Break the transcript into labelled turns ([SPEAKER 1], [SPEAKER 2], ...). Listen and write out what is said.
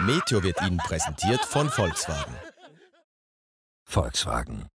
[SPEAKER 1] Meteo wird Ihnen präsentiert von Volkswagen.
[SPEAKER 2] Volkswagen.